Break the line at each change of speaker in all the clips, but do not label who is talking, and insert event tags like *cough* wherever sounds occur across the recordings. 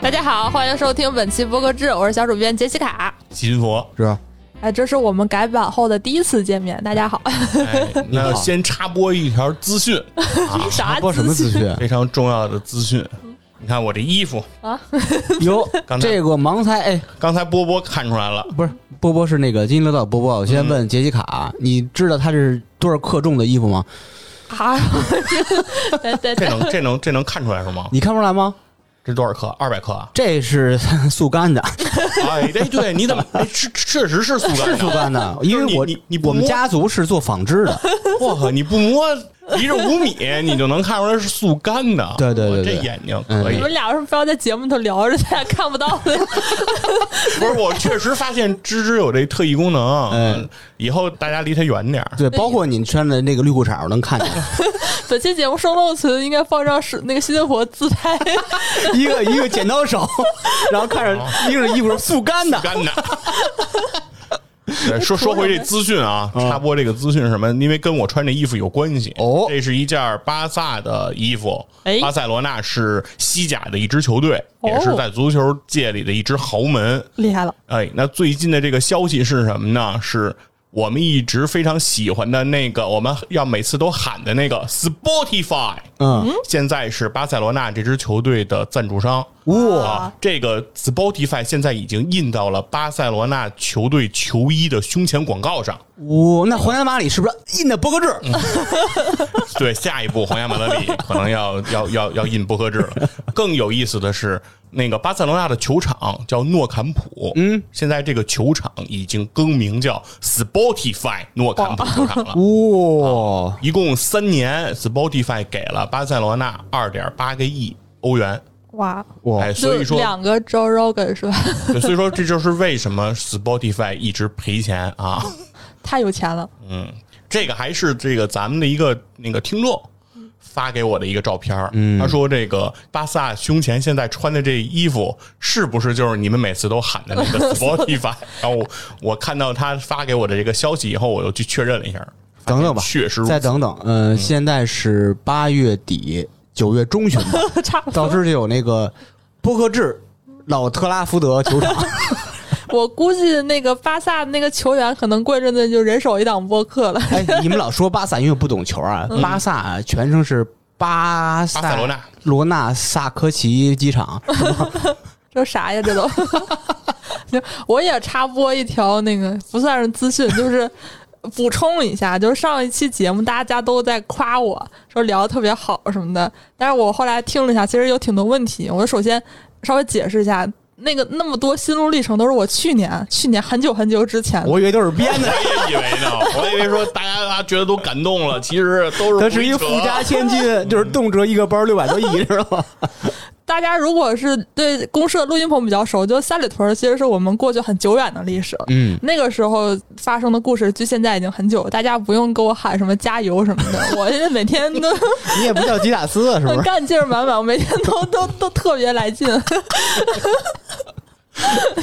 大家好，欢迎收听本期播客志，我是小主编杰西卡。
金佛，
是吧？
哎，这是我们改版后的第一次见面，大家好。
*laughs* 哎，那
好
先插播一条资 *laughs* 讯，
啥
播什么
*laughs*
资讯？
*laughs* 非常重要的资讯。你看我这衣服，
哟
刚，才
这个盲猜，哎，
刚才波波看出来了，
不是波波是那个金鹰流岛波波，我先问杰西卡，你
嗯
知道他是多少克重的衣服吗？
啊？对对
这
对，
*laughs* 能这能这能看出来是吗？
你看不出来吗？？
这多少克？二百克啊
这是速干的，
哎，对对，你 *laughs* 怎么？哎，是确实是速干
是速
的。
干
*laughs*
的，因为我
你你你不
我们
摸
家族是做纺
*laughs*
织的，
我靠，你不摸离着五 *laughs* 米，你就能看出来是速干的。
对对对
我
对
这眼睛可
你
以。
们俩是不是不要在节目头聊着，咱俩看不到的。
不是，我确实发现芝芝有这特异功能。
嗯，
以后大家离它远点儿。
对，包括你穿的那个绿裤衩，我
*laughs*
能看见
本期节目生动群应该放张是那个新活自拍，
一个一个剪
*laughs*
刀手，然后看着拎着衣服是速干的，
哦干的。对哎
哎
说说回这资讯啊，
嗯
插播这个资讯是什么？因为跟我穿这衣服有关系。
哦
这是一件巴萨的衣服。
哎
巴塞罗那是西甲的一支球队，
哦
也是在足球界里的一支豪门。
*laughs* 厉害了。
哎，那最近的这个消息是什么呢？是我们一直非常喜欢的那个，我们要每次都喊的那个 Spotify。
嗯，
现在是巴塞罗那这支球队的赞助商。
哇
啊，这个 Spotify 现在已经印到了巴塞罗那球队球衣的胸前广告上。
哇，哦那皇家马里是不是印的波哥制？
嗯 *laughs* 对，下一步皇家马德里可能要要要要印博格制了。更有意思的是，那个巴塞罗那的球场叫诺坎普，嗯，现在这个球场已经更名叫 Spotify 诺坎普球场了。
哇，
一共三年，Spotify 给了巴塞罗那二点八个亿欧元。
哇，
哇
哎，所以
就
说
两个 Joe Rogan 是吧？
对，所以说这就是为什么 Spotify 一直赔钱啊。
*laughs* 太有钱 *laughs* 了，
嗯，这个还是这个咱们的一个那个听众发给我的一个照片儿，
嗯
他说这个巴萨胸前现在穿的这衣服是不是就是你们每次都喊的那个 Spotify？然后啊我我看到他发给我的这个消息以后，我又去确认了一下，
等等吧，
确实如此
再等等，嗯，现在是八月底九月中旬 *laughs* 吧，
差不
到
多。
时就有那个波克治老特拉福德球 *laughs* 场，
我估计那个巴萨那个球员可能过一阵子就人手一档播客了。
哎，你们老说巴萨，因为我不懂球啊，巴萨啊全称是巴
巴塞
塞
罗那
罗那萨科齐机 *laughs* 场，
这啥呀？这都。 *laughs* 我也插播一条那个不算是资讯，就是 *laughs* 补充一下，就是上一期节目大家都在夸我说聊的特别好什么的，但是我后来听了一下，其实有挺多问题。我首先稍微解释一下，那个那么多心路历程都是我去年去年很久很久之前的
我以为都是编 *laughs* 的，
我也以为呢，哎我以为说大家觉得都感动了，其实
*laughs*
都
它是一个富家千金，就是动辄一个包六百多 *laughs* 亿，知道吗？
大家如果是对公社录音棚比较熟，就三里屯其实是我们过去很久远的历史。
嗯，
那个时候发生的故事，距现在已经很久了，大家不用给我喊什么加油什么
*laughs*
的，我现在每天都
你也不叫吉塔斯啊，是不是？
干劲儿满满，我每天都都都特别来
*laughs*
劲。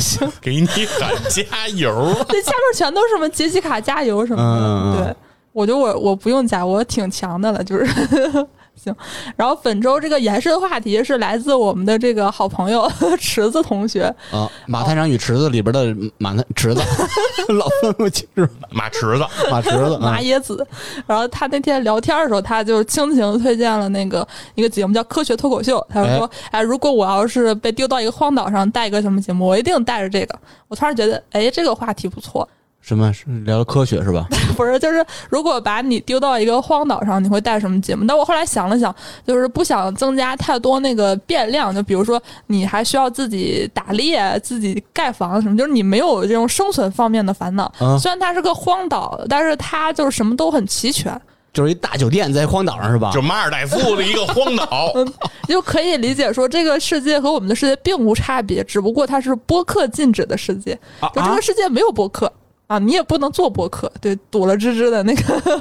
*laughs* 给你喊加油。
那下面全都是什么杰西卡加油什么的，
嗯嗯嗯
对我觉得我我不用加，我挺强的了，就是 *laughs* 行。然后本周这个延伸话题是来自我们的这个好朋友 *laughs* 池子同学，
啊，马探长与池子里边的马探池子， *laughs* 老分不清是吧
马池子，
*laughs* 马池子啊
麻，椰子。然后他那天聊天的时候，他就倾情推荐了那个一个节目叫《科学脱口秀》。他就说：“哎如果我要是被丢到一个荒岛上，带一个什么节目，我一定带着这个。”我突然觉得，哎，这个话题不错。 *laughs*
什么是聊科学是吧？
不是，就是如果把你丢到一个荒岛上，你会带什么节目？但我后来想了想，就是不想增加太多那个变量，就比如说你还需要自己打猎、自己盖房什么，就是你没有这种生存方面的烦恼。
啊
虽然它是个荒岛，但是它就是什么都很齐全，
*laughs* 就是一大酒店在荒岛上是吧？
就马尔代夫的一个荒
*laughs*
岛，
嗯
就可以理解说这个世界和我们的世界并无差别，只不过它是播客禁止的世界，
啊
就这
啊
个世界没有播客。啊，你也不能做播客，对，堵了吱吱的那个，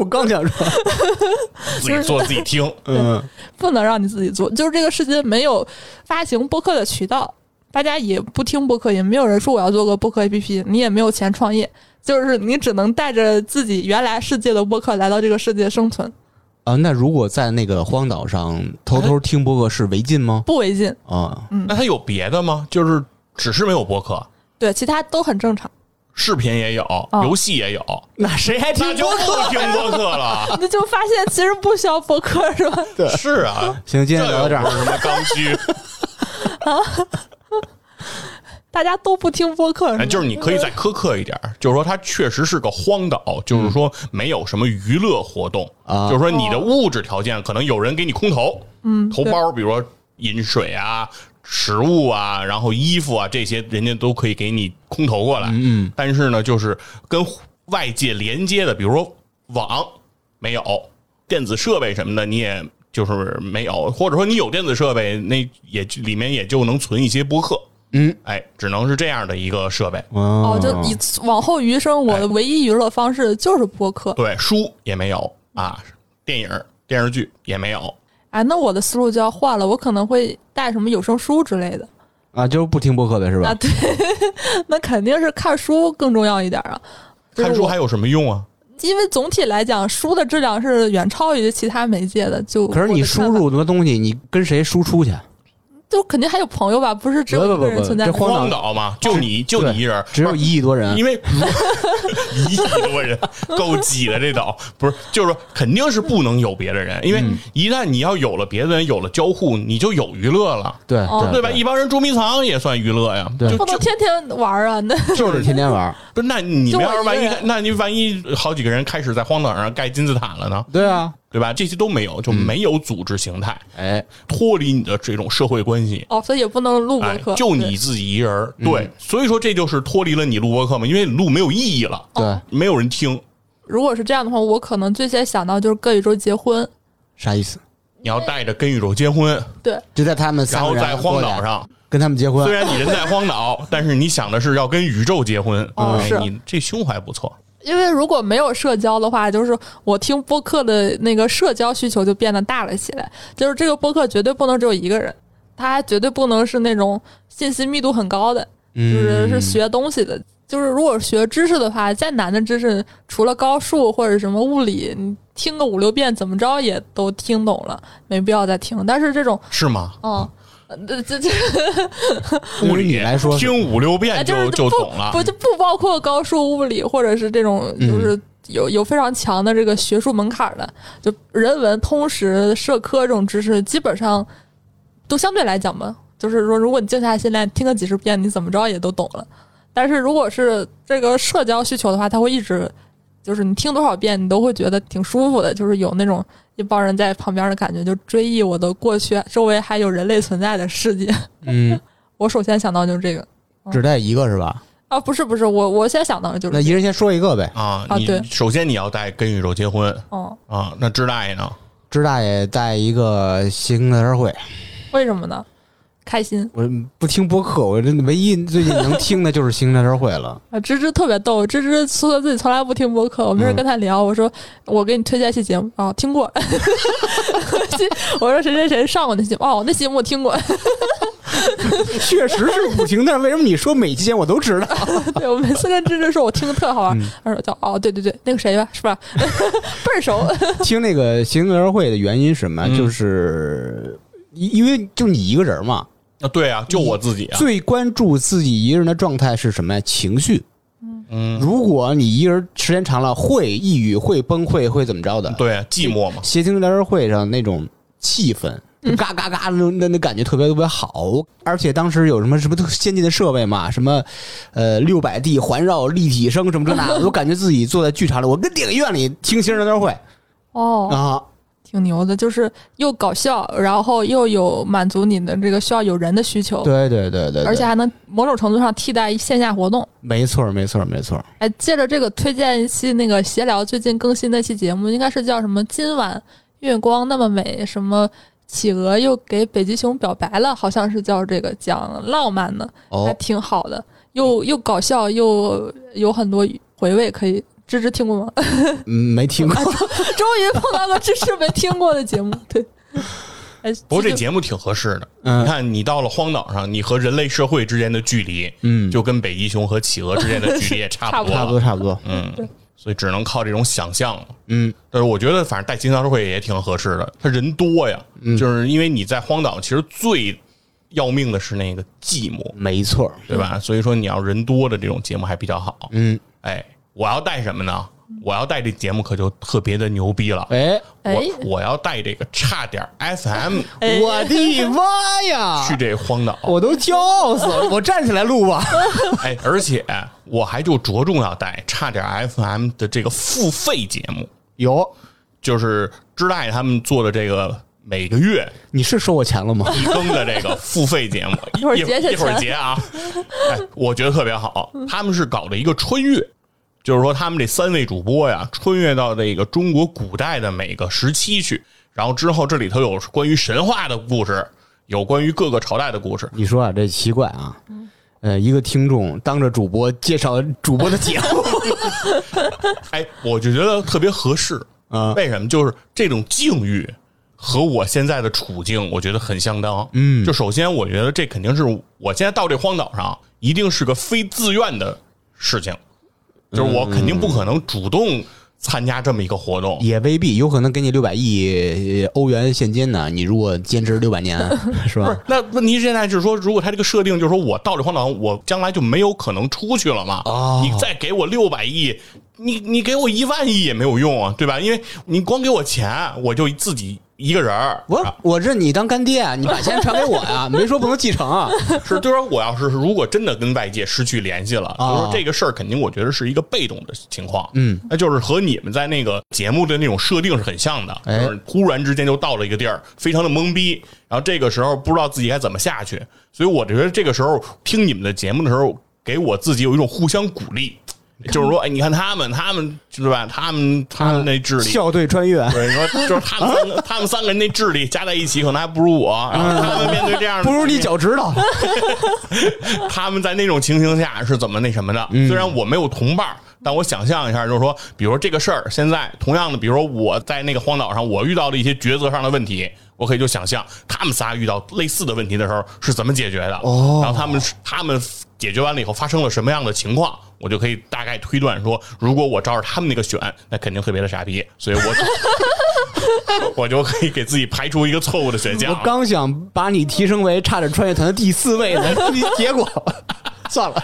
我刚想说，
自己做自己听。
啊嗯，
不能让你自己做，就是这个世界没有发行播客的渠道，大家也不听播客，也没有人说我要做个播客 APP，你也没有钱创业，就是你只能带着自己原来世界的播客来到这个世界生存。
啊，那如果在那个荒岛上偷偷听播客是违禁吗？
不违禁。
啊，
那他有别的吗？就是只是没有播客，
对，其他都很正常。
视频也有，游戏也有，
那谁还
那就不听播客
*laughs*
了。
那就发现其实不需要播客是吧？
是啊，
行，今天聊到这
这
儿
又不。是什么刚需，
大家都不听播客是吧
*laughs* 哎，就是你可以再苛刻一点儿，就是说它确实是个荒岛，就是说没有什么娱乐活动，
啊
就是说你的物质条件可能有人给你空投，嗯，投包，比如说饮水啊、食物啊，然后衣服啊这些，人家都可以给你空投过来，嗯，但是呢，就是跟外界连接的，比如说网没有，电子设备什么的你也。就是没有，或者说你有电子设备，那也里面也就能存一些播客，
嗯，
哎，只能是这样的一个设备。
哦
哦，
就以往后余生，
哎
我的唯一娱乐方式就是播客。
对，书也没有啊，电影、电视剧也没有。
哎，那我的思路就要换了，我可能会带什么有声书之类的
啊，就是不听播客的是
啊。
吧？
对， *laughs* 那肯定是看书更重要一点啊。就是
看书
我
还有什么用啊？
因为总体来讲，书的质量是远超于其他媒介的。就
可是你
我的
输
看法，
入的东西，你跟谁输出去？
就肯定还有朋友吧，不是只有
不
一
不
个
不
人
不
存在
这
的。
荒岛
荒岛嘛，就你就你一人，
只有一亿多人
因。为一亿多人够挤的这岛，不是就是说肯定是不能有别的人，因为一旦你要有了别的人，有了交互，你就有娱乐了，
对
哦
对吧？一帮人捉迷藏也算娱乐呀，
对
就
不能
就
天天玩啊！那 *laughs*
就是天天玩儿。
不是那你
就
们
我
要是万
一
一
个人
那你万一好几个人开始在荒岛上盖金字塔了呢，
对啊，
对吧？这些都没有，就没有组织形态。
哎，
脱离你的这种社会关系。
哦，所以也不能录播
哎
客，，
就
对
你自己一人儿，
嗯
对，所以说这就是脱离了你录播课嘛，因为你录没有意义了，
对，
没有人听，
如果是这样的话，我可能最先想到就是各宇宙结婚，
啥意思？
你要带着跟宇宙结婚，
对，
就在他们
然
三
后
个人
在荒岛
过来
上，
跟他们结
*laughs* 虽
婚。
然你人在荒
*laughs*
岛，但是你想的是要跟宇宙结婚，
哦
哎
是
你这胸怀不错，
因为如果没有社交的话，就是我听播客的那个社交需求就变得大了起来。就是这个播客绝对不能只有一个人，它还绝对不能是那种信息密度很高的，
嗯
就是是学东西的。就是如果学知识的话，再难的知识，除了高数或者什么物理，你听个五六遍怎么着也都听懂了，没必要再听。但是这种，
是吗？
嗯，呃这这。
对于
物理
你来说是
听五六遍
哎，就
就是就
不
懂了嗯
不，就不包括高数、物理或者是这种就是有有非常强的这个学术门槛的，就人文、通识、社科这种知识，基本上都相对来讲吧，就是说，如果你静下心来听个几十遍，你怎么着也都懂了。但是如果是这个社交需求的话，它会一直就是你听多少遍，你都会觉得挺舒服的，就是有那种一帮人在旁边的感觉，就追忆我的过去，周围还有人类存在的世界。
嗯，
我首先想到就是这个。
只带一个是吧？
啊，不是不是，我我现在想到的就
那
是，
一人先说一个呗。
啊
啊！
你
对
首先你要带跟宇宙结婚
嗯，
啊，那知大爷呢？
支大爷带一个新的社会，
为什么呢？开心
我不听播客，我这唯一最近能听的就是新的社会了。
啊！芝芝特别逗，芝芝说她自己从来不听播客，我
嗯
没事跟她聊，我说我给你推荐一期节目啊，听过， *laughs* 我说谁谁谁上过那节目，哦，那节目我听过，
*laughs*
*laughs*
确实是不听，但是为什么你说每期节目我都知道？
对我每次跟芝芝说我听的特好
嗯
玩，她说叫哦，对对对，那个谁吧，是吧， *laughs* 倍儿熟，
*laughs* 听那个新的社会的原因是什么？
嗯
就是因因为就你一个人嘛，
啊，对啊，就我自己啊，
最关注自己一个人的状态是什么呀？情绪。
嗯，
如果你一个人时间长了，会抑郁、会崩溃、会怎么着的？
对啊，寂寞嘛，
协听聊天会上那种气氛，
嗯
就嘎嘎嘎的那那那感觉特别特别好。而且当时有什么什么特先进的设备嘛，什么呃六百 D 环绕立体声什么这
*laughs*
那的，我感觉自己坐在剧场里，我跟电影院里听新人聊天会
哦，
啊。
挺牛的，就是又搞笑，然后又有满足你的这个需要有人的需求，
对对对对对，
而且还能某种程度上替代线下活动。
没错儿没错儿没错儿，
哎，借着这个推荐一期那个闲聊最近更新的一期节目，应该是叫什么“今晚月光那么美”，什么企鹅又给北极熊表白了，好像是叫这个讲浪漫的，还
哦，
挺好的，又又搞笑又有很多回味可以。芝芝听过吗？ *laughs*
嗯没听过，
终于碰到个芝芝没听过的节目，对。哎，
不过这
芝芝
节目挺合适的。你
嗯
看，你到了荒岛上，你和人类社会之间的距离，
嗯，
就跟北极熊和企鹅之间的距离也差 *laughs*
差
不
不
多
*laughs* 差
了。
不多差不多，
嗯，所以只能靠这种想象了。
嗯，
但是我觉得，反正带形象社会也挺合适的。他人多呀，
嗯
就是因为你在荒岛，其实最要命的是那个寂寞，
没错儿，
对吧？所以说，你要人多的这种节目还比较好。
嗯，
哎，我要带什么呢？我要带这节目可就特别的牛逼了。
哎，
哎
我我要带这个差点 FM
哎
我的妈
*laughs*
呀！
去这荒岛，
我都骄傲死了，我站起来录吧。
哎，而且我还就着重要带差点 FM 的这个付费节目，
有，
就是知代他们做的这个每个月
你是收我钱了吗？
一更的这个付费节目，
*laughs* 一会儿结下
一会儿
钱
结啊！哎，我觉得特别好，他们是搞的一个穿越，就是说他们这三位主播呀，穿越到这个中国古代的每个时期去，然后之后这里头有关于神话的故事，有关于各个朝代的故事，
你说啊，这奇怪啊。呃，一个听众当着主播介绍主播的节目，
哎，我就觉得特别合适
啊
为什么？就是这种境遇和我现在的处境，我觉得很相当。嗯，就首先，我觉得这肯定是我现在到这荒岛上，一定是个非自愿的事情，就是我肯定不可能主动参加这么一个活动。
也未必，有可能给你六百亿呃欧元现金呢。你如果坚持六百年，是
不是
吧？，
那问题现在是说，如果他这个设定就是说我到这荒岛，我将来就没有可能出去了嘛？
哦
你再给我六百亿，你你给我一万亿也没有用啊，对吧？因为你光给我钱，我就自己一个人儿，啊
我我认你当干爹，啊你把钱传给我呀，没说不能继承啊。
是，就是说我要是如果真的跟外界失去联系了，就是说这个事儿肯定我觉得是一个被动的情况，
啊嗯，
那就是和你们在那个节目的那种设定是很像的，
哎
就是突然之间就到了一个地儿，非常的懵逼，然后这个时候不知道自己该怎么下去，所以我觉得这个时候听你们的节目的时候，给我自己有一种互相鼓励。就是说，哎，你看他们，他们对吧？他们他们那智力，
校队穿越，
*laughs* 对，你说就是他们三个，他们三个人那智力加在一起，可能还不如我。然后他们面对这样的，
不如你脚趾头。
*laughs* 他们在那种情形下是怎么那什么的？虽然我没有同伴儿，但我想象一下，就是说，比如说这个事儿，现在同样的，比如说我在那个荒岛上，我遇到了一些抉择上的问题，我可以就想象他们仨遇到类似的问题的时候是怎么解决的，
哦
然后他们他们解决完了以后发生了什么样的情况。我就可以大概推断说，如果我照着他们那个选，那肯定特别的傻逼，所以我我就 *laughs* 可以给自己排除一个错误的选项
我。刚想把你提升为差点穿越团的第四位呢，你结果算了。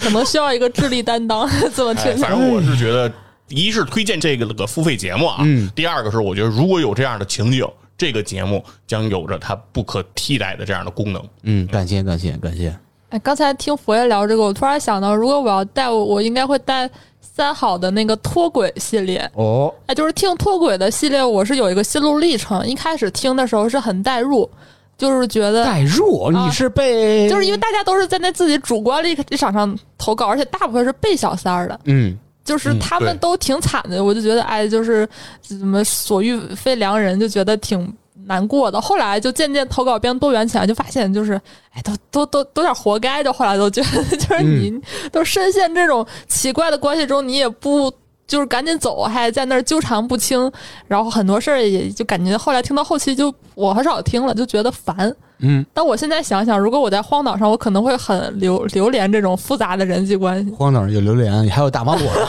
可能需要一个智力担当， *laughs* 这么
哎，
听起来
反正我是觉得，一是推荐这个个付费节目啊，第二个是我觉得如果有这样的情景，这个节目将有着它不可替代的这样的功能。
嗯，感谢感谢感谢。
哎，刚才听佛爷聊这个，我突然想到，如果我要带我，我应该会带三好的那个脱轨系列。
哦，
哎，就是听脱轨的系列，我是有一个心路历程。一开始听的时候是很代入，就是觉得，
代入，你是被
啊就是因为大家都是在那自己主观立立场上投稿，而且大部分是被小三儿的，
嗯
就是他
对
们都挺惨的。我就觉得，哎，就是怎么所欲非良人，就觉得挺。难过的，后来就渐渐投稿变多元起来，就发现就是，哎，都都都都有点活该。就后来都觉得，就是你、都深陷这种奇怪的关系中，你也不就是赶紧走，还在那儿纠缠不清，然后很多事儿也就感觉后来听到后期就我很少听了，就觉得烦。
嗯，
但我现在想想，如果我在荒岛上，我可能会很留留恋这种复杂的人际关系。
荒岛上有榴莲，还有大芒果呢。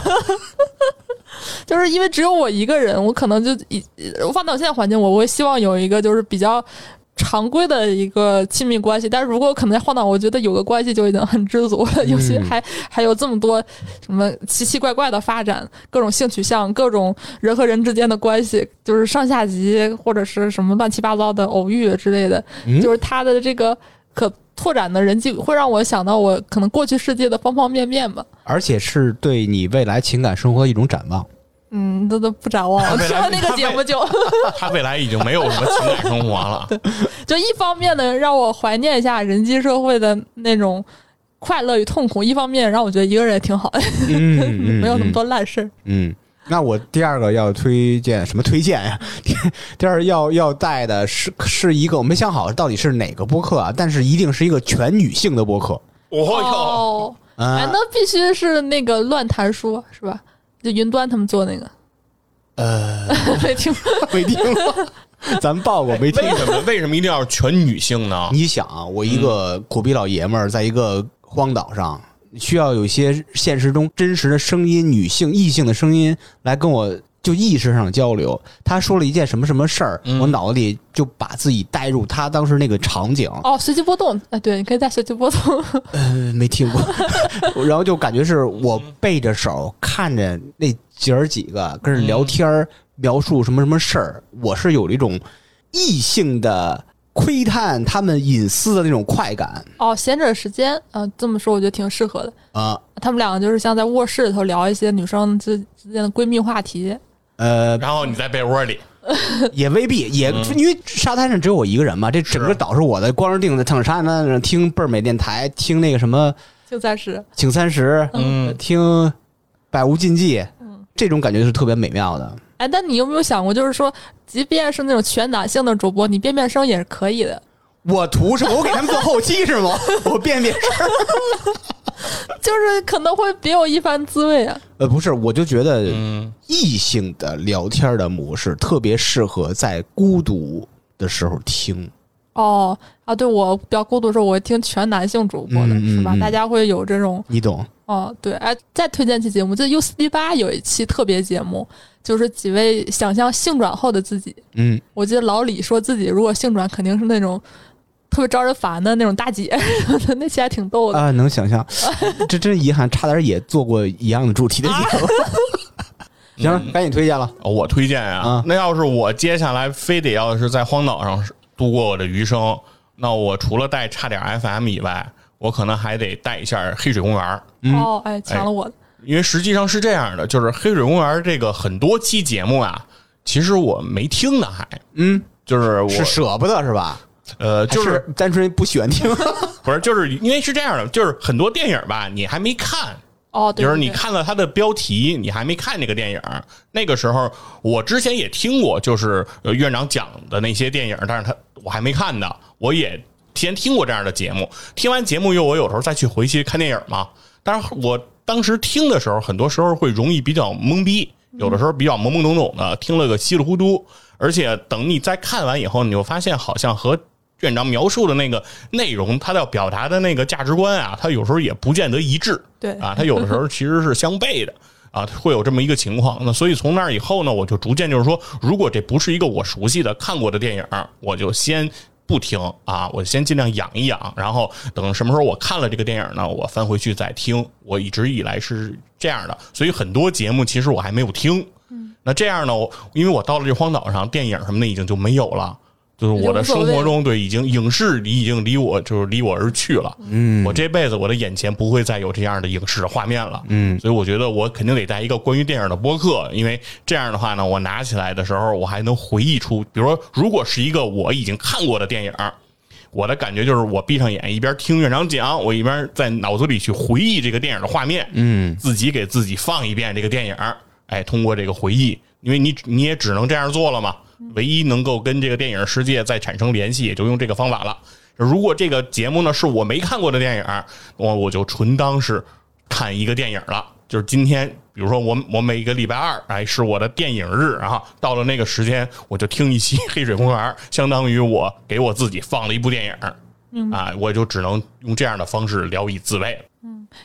就是因为只有我一个人，我可能就以呃放到现在环境，我会希望有一个就是比较常规的一个亲密关系。但是如果可能在荒岛，我觉得有个关系就已经很知足了，尤其还还有这么多什么奇奇怪怪的发展，各种性取向，各种人和人之间的关系，就是上下级或者是什么乱七八糟的偶遇之类的，就是他的这个可。拓展的人际会让我想到我可能过去世界的方方面面吧，
而且是对你未来情感生活的一种展望。
嗯，都都不展望 *laughs* 了，
未来
听了那个
他
节
未
目就。
他未来已经没有什么情感生活 *laughs* 了，
就一方面呢，让我怀念一下人机社会的那种快乐与痛苦；一方面让我觉得一个人也挺好的，
嗯
没有那么多烂事儿。
嗯，那我第二个要推荐什么推荐呀、 *laughs* 第第二要要带的是是一个我没想好到底是哪个播客啊，但是一定是一个全女性的播客。
哦
哦，
哎啊、
哎，那必须是那个乱谈书是吧？就云端他们做
*laughs*
那个，呃，没听过。
没听过， *laughs* 咱报过
哟，
没听
为
过。
什么为什么一定要是全女性呢？
啊你想啊，我一个苦逼老爷们儿，在一个荒岛上，需要有一些现实中真实的声音、女性、异性的声音来跟我就意识上交流。他说了一件什么什么事儿，
嗯
我脑子里就把自己带入他当时那个场景。
哦，随机波动，哎，对，你可以带随机波动， *laughs*
呃，没听过，然后就感觉是我背着手看着那姐儿几个跟人聊天儿，描述什么什么事儿，我是有一种异性的窥探他们隐私的那种快感
哦，闲者时间，啊、这么说我觉得挺适合的。
啊。
他们两个就是像在卧室里头聊一些女生之之间的闺蜜话题，
呃，
*laughs* 然后你在被窝里，
也未必，也、
嗯
因为沙滩上只有我一个人嘛，这整个岛是我的，光是定在躺沙滩上听倍儿美电台，听那个什么
就在是
请三十，
嗯，
听百无禁忌，这种感觉是特别美妙的。
哎，但你有没有想过，就是说，即便是那种全男性的主播，你变变声也是可以的。
我图什么？我给他们做后期是吗？ *laughs* 我变变声？
就是可能会别有一番滋味啊。
呃，不是，我就觉得
嗯，
异性的聊天的模式特别适合在孤独的时候听。
哦啊，对我比较孤独的时候，我会听全男性主播的，
嗯嗯
是吧？
嗯
大家会有这种
你懂？
哦，对。哎，再推荐期节目，就 U 四 D 八有一期特别节目，就是几位想象性转后的自己。
嗯，
我记得老李说自己如果性转，肯定是那种特别招人烦的那种大姐， *laughs* 那期还挺逗的。
啊，能想象，这真遗憾，差点也做过一样的主题的节目。行了，赶紧推荐了。
我推荐啊
啊，
那要是我接下来非得要是在荒岛上度过我的余生，那我除了带差点 FM 以外，我可能还得带一下黑水公园儿。
嗯
哦，哎，抢了我的。
因为实际上是这样的，就是《黑水公园》这个很多期节目啊，其实我没听呢，还
嗯，
就是我
是舍不得是吧？
呃，就
还
是
单纯不喜欢听。
不是就是因为是这样的，就是很多电影吧，你还没看，
哦，对
就是你
对对
看了它的标题，你还没看那个电影。那个时候我之前也听过，就是呃院长讲的那些电影，但是他我还没看呢，我也提前听过这样的节目。听完节目以后，我有时候再去回去看电影嘛。但是我当时听的时候，很多时候会容易比较懵逼，
嗯
有的时候比较懵懵懂懂的，听了个稀里糊涂。而且等你再看完以后，你就发现好像和院长描述的那个内容，他要表达的那个价值观啊，他有时候也不见得一致。
对
啊，它有的时候其实是相悖的啊，会有这么一个情况。那所以从那儿以后呢，我就逐渐就是说，如果这不是一个我熟悉的看过的电影，我就先。不听啊！我先尽量养一养，然后等什么时候我看了这个电影呢，我翻回去再听。我一直以来是这样的，所以很多节目其实我还没有听。嗯，那这样呢，我因为我到了这荒岛上，电影什么的已经就没有了，就是我的
已经无所
生
谓
活
了
中对已经影视已经离我就是离我而去了。
*laughs* 嗯
我这辈子我的眼前不会再有这样的影视的画面了。
嗯，
所以我觉得我肯定得带一个关于电影的播客，因为这样的话呢，我拿起来的时候我还能回忆出，比如说，如果是一个我已经看过的电影。我的感觉就是，我闭上眼，一边听院长讲，我一边在脑子里去回忆这个电影的画面，
嗯，
自己给自己放一遍这个电影，哎，通过这个回忆，因为你你也只能这样做了嘛。唯一能够跟这个电影世界再产生联系，也就用这个方法了。如果这个节目呢是我没看过的电影，我我就纯当是看一个电影了。就是今天，比如说我我每个礼拜二，哎，是我的电影日啊。到了那个时间，我就听一期《黑水公园》，相当于我给我自己放了一部电影。啊，我就只能用这样的方式聊以自慰了。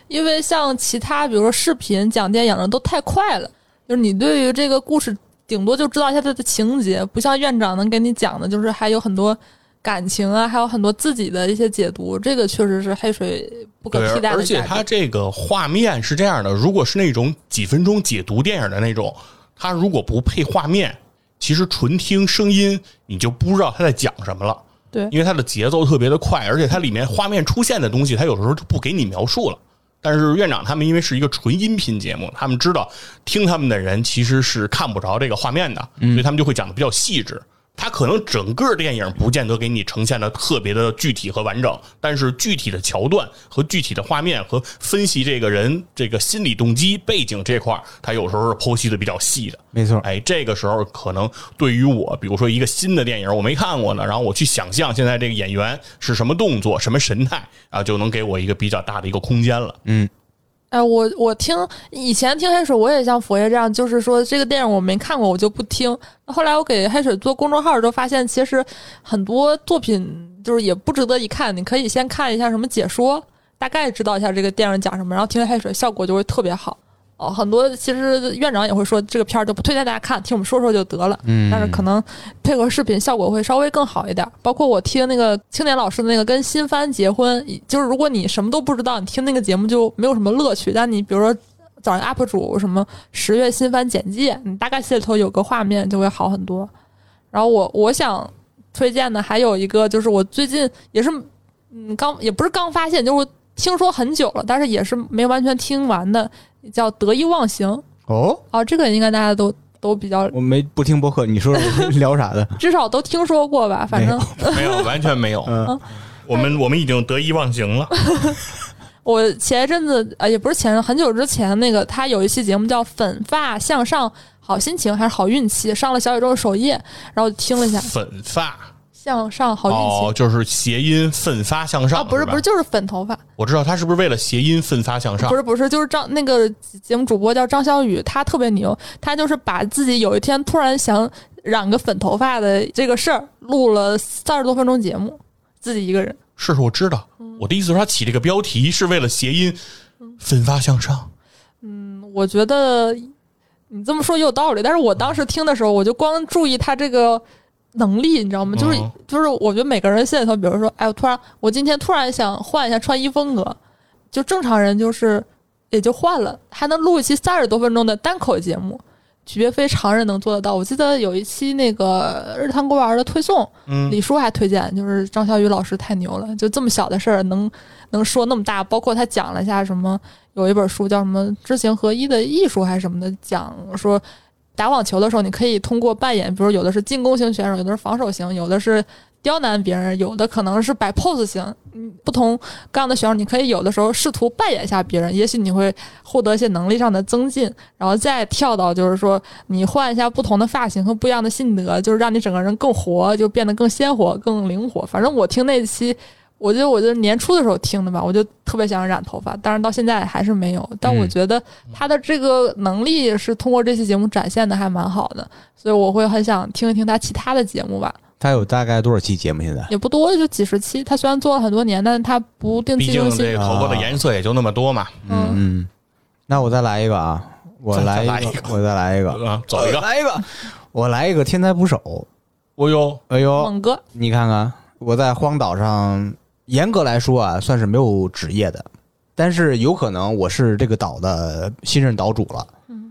因为像其他比如说视频讲电影的都太快了，就是你对于这个故事顶多就知道一下它的情节，不像院长能给你讲的，就是还有很多感情啊，还有很多自己的一些解读，这个确实是黑水不可替代的
而且
价
它
值。
这个画面是这样的，如果是那种几分钟解读电影的那种，它如果不配画面，其实纯听声音，你就不知道他在讲什么了。
对
因为它的节奏特别的快，而且它里面画面出现的东西，它有时候就不给你描述了。但是院长他们因为是一个纯音频节目，他们知道听他们的人其实是看不着这个画面的，所以他们就会讲的比较细致。他可能整个电影不见得给你呈现的特别的具体和完整，但是具体的桥段和具体的画面和分析这个人这个心理动机、背景这块儿，他有时候是剖析的比较细的。
没错。
哎，这个时候可能对于我，比如说一个新的电影我没看过呢，然后我去想象现在这个演员是什么动作、什么神态啊，就能给我一个比较大的一个空间了。
哎，我我听以前听黑水，我也像佛爷这样，就是说这个电影我没看过，我就不听。后来我给黑水做公众号的时候，发现其实很多作品就是也不值得一看，你可以先看一下什么解说。大概知道一下这个电影讲什么，然后听了开始效果就会特别好。哦，很多其实院长也会说这个片儿就不推荐大家看，听我们说说就得了。
嗯
但是可能配合视频效果会稍微更好一点。包括我听那个青年老师的那个跟新番结婚，就是如果你什么都不知道，你听那个节目就没有什么乐趣。但你比如说找人 UP 主什么十月新番简介，你大概心里头有个画面就会好很多。然后我我想推荐的还有一个就是我最近也是嗯刚也不是刚发现，就是我听说很久了，但是也是没完全听完的，叫《得意忘形》
哦，
哦，这个应该大家都都比较
我没不听播客，你说 *laughs* 说聊啥的？
至少都听说过吧，反正
*laughs* 没有，完全没有。
嗯
*laughs* 我们我们已经得意忘形 *laughs* 了。
我前一阵子呃，也不是前阵子很久之前那个，他有一期节目叫《粉发向上好心情》还是好运气，上了小宇宙首页，然后听了一下
粉发
向上好运气
哦，就是谐音奋发向
啊，
上，
不是
吧
不是，就是粉头发，
我知道他是不是为了谐音奋发向上
不？是不是，就是张那个节目主播叫张小雨，他特别牛，他就是把自己有一天突然想染个粉头发的这个事儿录了三十多分钟节目，自己一个人。
是是，我知道。我的意思是，他起这个标题是为了谐音奋发向上。
我觉得你这么说也有道理，但是我当时听的时候，我就光注意他这个能力，你知道吗？就是、
嗯
就是，我觉得每个人心里头，比如说，哎，我突然我今天突然想换一下穿衣风格，就正常人就是也就换了，还能录一期三十多分钟的单口节目，区别非常人能做得到。我记得有一期那个日坛公园的推送，
嗯，
李叔还推荐，就是张小雨老师太牛了，就这么小的事儿能能说那么大，包括他讲了一下什么，有一本书叫什么《知行合一的艺术》还是什么的，讲说打网球的时候，你可以通过扮演，比如有的是进攻型选手，有的是防守型，有的是刁难别人，有的可能是摆 pose 型，嗯，不同各样的选手，你可以有的时候试图扮演一下别人，也许你会获得一些能力上的增进，然后再跳到就是说你换一下不同的发型和不一样的性格，就是让你整个人更活，就变得更鲜活、更灵活。反正我听那期，我觉得我就年初的时候听的吧，我就特别想染头发，但是到现在还是没有。但我
嗯
觉得他的这个能力是通过这期节目展现的还蛮好的，所以我会很想听一听他其他的节目吧，
他有大概多少期节目？现在
也不多，就几十期。他虽然做了很多年，但是他不定
毕
期
竟
更新
这。个头发的颜色也就那么多嘛。
嗯，
嗯，那我再来一个啊，我
再
来
再来
一
一
个，
个
我再来一个，
啊，走一
我
个。
来一个，我来一个天才捕手。
哦呦，
哎呦，
猛哥，
你看看，我在荒岛上，严格来说啊，算是没有职业的，但是有可能我是这个岛的新任岛主了。
嗯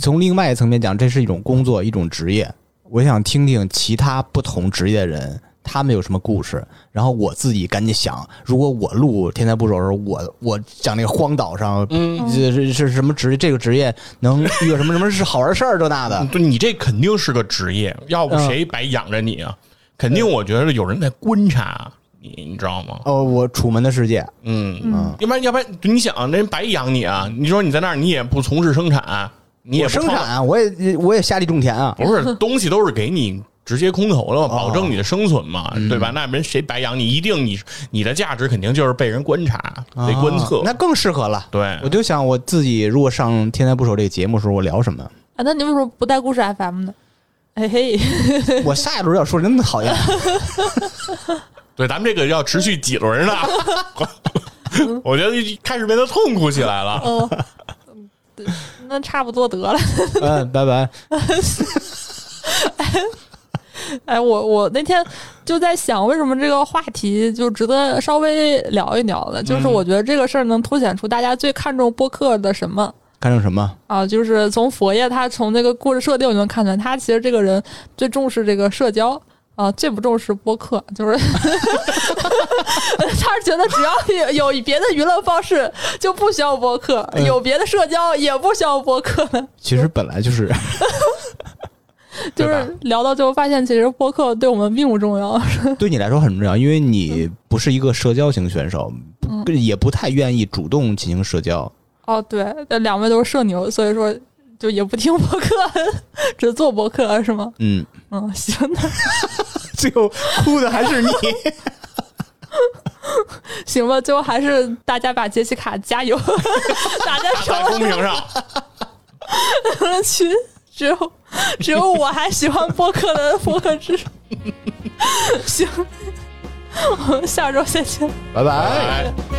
从另外一层面讲，这是一种工作，一种职业。我想听听其他不同职业的人他们有什么故事，然后我自己赶紧想，如果我录《天才捕手》的时候，我我讲那个荒岛上。
嗯，
这是是什么职业？这个职业能遇到什么什么是好玩事儿？这那的，
嗯对你这肯定是个职业，要不
嗯
谁白养着你啊？肯定，我觉得有人在观察你，你知道吗？
哦，我《楚门的世界》
嗯，
嗯，
要不然要不然，你想那人白养你啊？你说你在那儿，你也不从事生产，你也
我
不
生
创
产啊，我也我也下地种田啊。
不是东西都是给你直接空投的嘛，
哦
保证你的生存嘛，
嗯
对吧？那人谁白养你？一定你你的价值肯定就是被人观察、被观测。
啊那更适合了。
对
我就想我自己如果上《天才捕手》这个节目的时候，我聊什 *laughs* 么？
啊，那你为什么不带故事 FM 呢？嘿嘿， *laughs*
我下一轮要说真的 *laughs* 讨厌，
对，咱们这个要持续几轮呢？ *laughs* 我觉得开始变得痛苦起来 *laughs* 了。
哦，对那差不多得了。
嗯，拜拜。
哎，我我那天就在想，为什么这个话题就值得稍微聊一聊呢？就是我觉得这个事儿能凸显出大家最看重播客的什么。
看成什么？
啊，就是从佛爷他从那个故事设定就能看出来，他其实这个人最重视这个社交啊，最不重视播客，就是 *laughs* 他是觉得只要有有别的娱乐方式就不需要播客，
嗯
有别的社交也不需要播客了。
其实本来就是， *laughs*
就
对吧
是聊到最后发现，其实播客对我们并不重要。
对你来说很重要，因为你不是一个社交型选手，不也不太愿意主动进行社交。
哦，对，呃两位都是社牛，所以说就也不听播客， *laughs* 只做播客是吗？
嗯，
嗯，行，那
*laughs* 最后哭的还是你。
行吧，最后还是大家把杰西卡加油 *laughs* 打在
打
手
在公屏上，
评论区，只有只有我还喜欢播客的播客之 *laughs* 手。行，我们下周再见。
*laughs* 拜拜。
哎